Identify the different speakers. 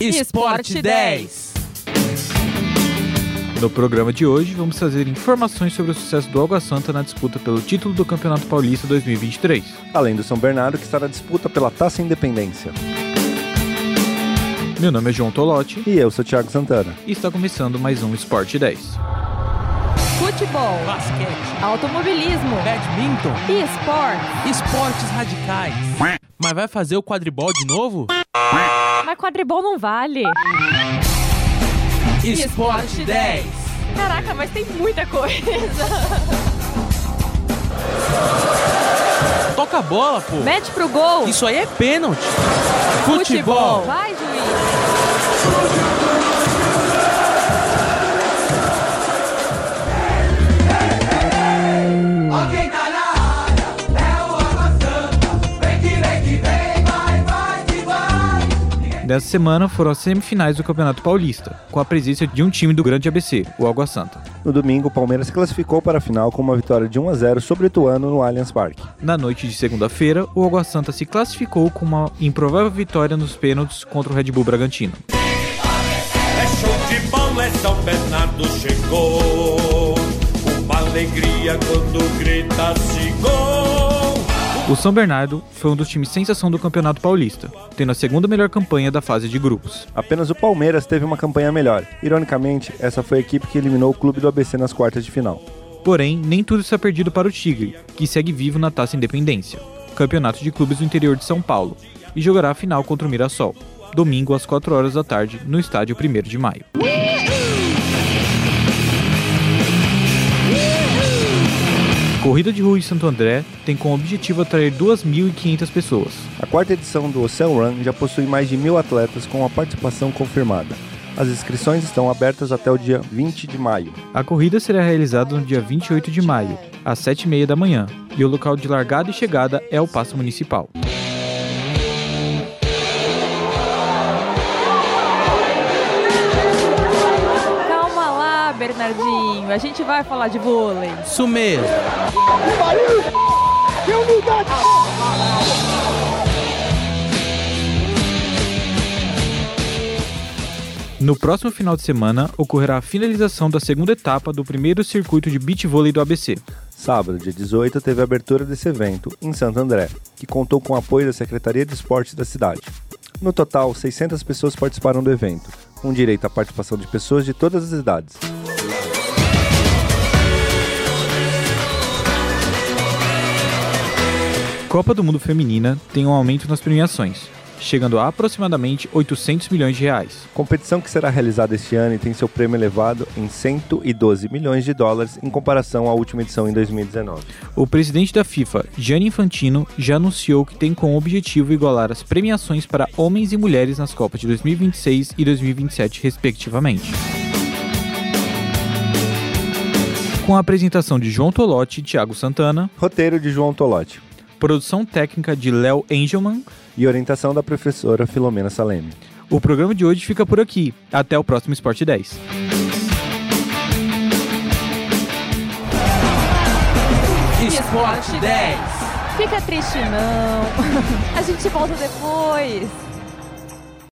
Speaker 1: Esporte 10.
Speaker 2: No programa de hoje, vamos trazer informações sobre o sucesso do Água Santa na disputa pelo título do Campeonato Paulista 2023.
Speaker 3: além do São Bernardo, que está na disputa pela Taça Independência.
Speaker 2: Meu nome é João Tolotti
Speaker 3: E eu sou Thiago Santana.
Speaker 2: e está começando mais um Esporte 10.
Speaker 1: Futebol,
Speaker 4: basquete,
Speaker 1: automobilismo
Speaker 4: badminton,
Speaker 1: e esporte.
Speaker 4: esportes radicais. Mas vai fazer o quadribol de novo?
Speaker 1: Mas quadribol não vale. Esporte 10. Caraca, mas tem muita coisa.
Speaker 4: Toca a bola, pô.
Speaker 1: Mete pro gol.
Speaker 4: Isso aí é pênalti. Futebol.
Speaker 1: Vai, juiz.
Speaker 2: Dessa semana foram as semifinais do Campeonato Paulista, com a presença de um time do grande ABC, o Água Santa.
Speaker 3: No domingo, o Palmeiras se classificou para a final com uma vitória de 1 a 0 sobre o Ituano no Allianz Parque.
Speaker 2: Na noite de segunda-feira, o Água Santa se classificou com uma improvável vitória nos pênaltis contra o Red Bull Bragantino.
Speaker 5: É show de bola, é São Bernardo chegou. Uma alegria quando grita-se gol.
Speaker 2: O São Bernardo foi um dos times sensação do Campeonato Paulista, tendo a segunda melhor campanha da fase de grupos.
Speaker 3: Apenas o Palmeiras teve uma campanha melhor. Ironicamente, essa foi a equipe que eliminou o clube do ABC nas quartas de final.
Speaker 2: Porém, nem tudo está perdido para o Tigre, que segue vivo na Taça Independência, campeonato de clubes do interior de São Paulo, e jogará a final contra o Mirassol, domingo às 4 horas da tarde, no estádio 1 de maio. Corrida de Rua em Santo André tem como objetivo atrair 2.500 pessoas.
Speaker 3: A quarta edição do Ocean Run já possui mais de mil atletas com a participação confirmada. As inscrições estão abertas até o dia 20 de maio.
Speaker 2: A corrida será realizada no dia 28 de maio, às 7h30 da manhã, e o local de largada e chegada é o Paço Municipal.
Speaker 1: Calma lá, Bernardinho. A gente vai falar de vôlei.
Speaker 4: Isso mesmo.
Speaker 2: No próximo final de semana, ocorrerá a finalização da segunda etapa do primeiro circuito de beach vôlei do ABC.
Speaker 3: Sábado, dia 18, teve a abertura desse evento em Santo André, que contou com o apoio da Secretaria de Esportes da cidade. No total, 600 pessoas participaram do evento, com direito à participação de pessoas de todas as idades.
Speaker 2: Copa do Mundo Feminina tem um aumento nas premiações, chegando a aproximadamente 800 milhões de reais.
Speaker 3: Competição que será realizada este ano e tem seu prêmio elevado em 112 milhões de dólares em comparação à última edição em 2019.
Speaker 2: O presidente da FIFA, Gianni Infantino, já anunciou que tem como objetivo igualar as premiações para homens e mulheres nas Copas de 2026 e 2027, respectivamente. Com a apresentação de João Tolotti e Thiago Santana,
Speaker 3: Roteiro de João Tolotti
Speaker 2: produção técnica de Léo Engelman,
Speaker 3: e orientação da professora Filomena Saleme.
Speaker 2: O programa de hoje fica por aqui. Até o próximo Esporte 10.
Speaker 4: Esporte 10.
Speaker 1: Fica triste, não. A gente volta depois.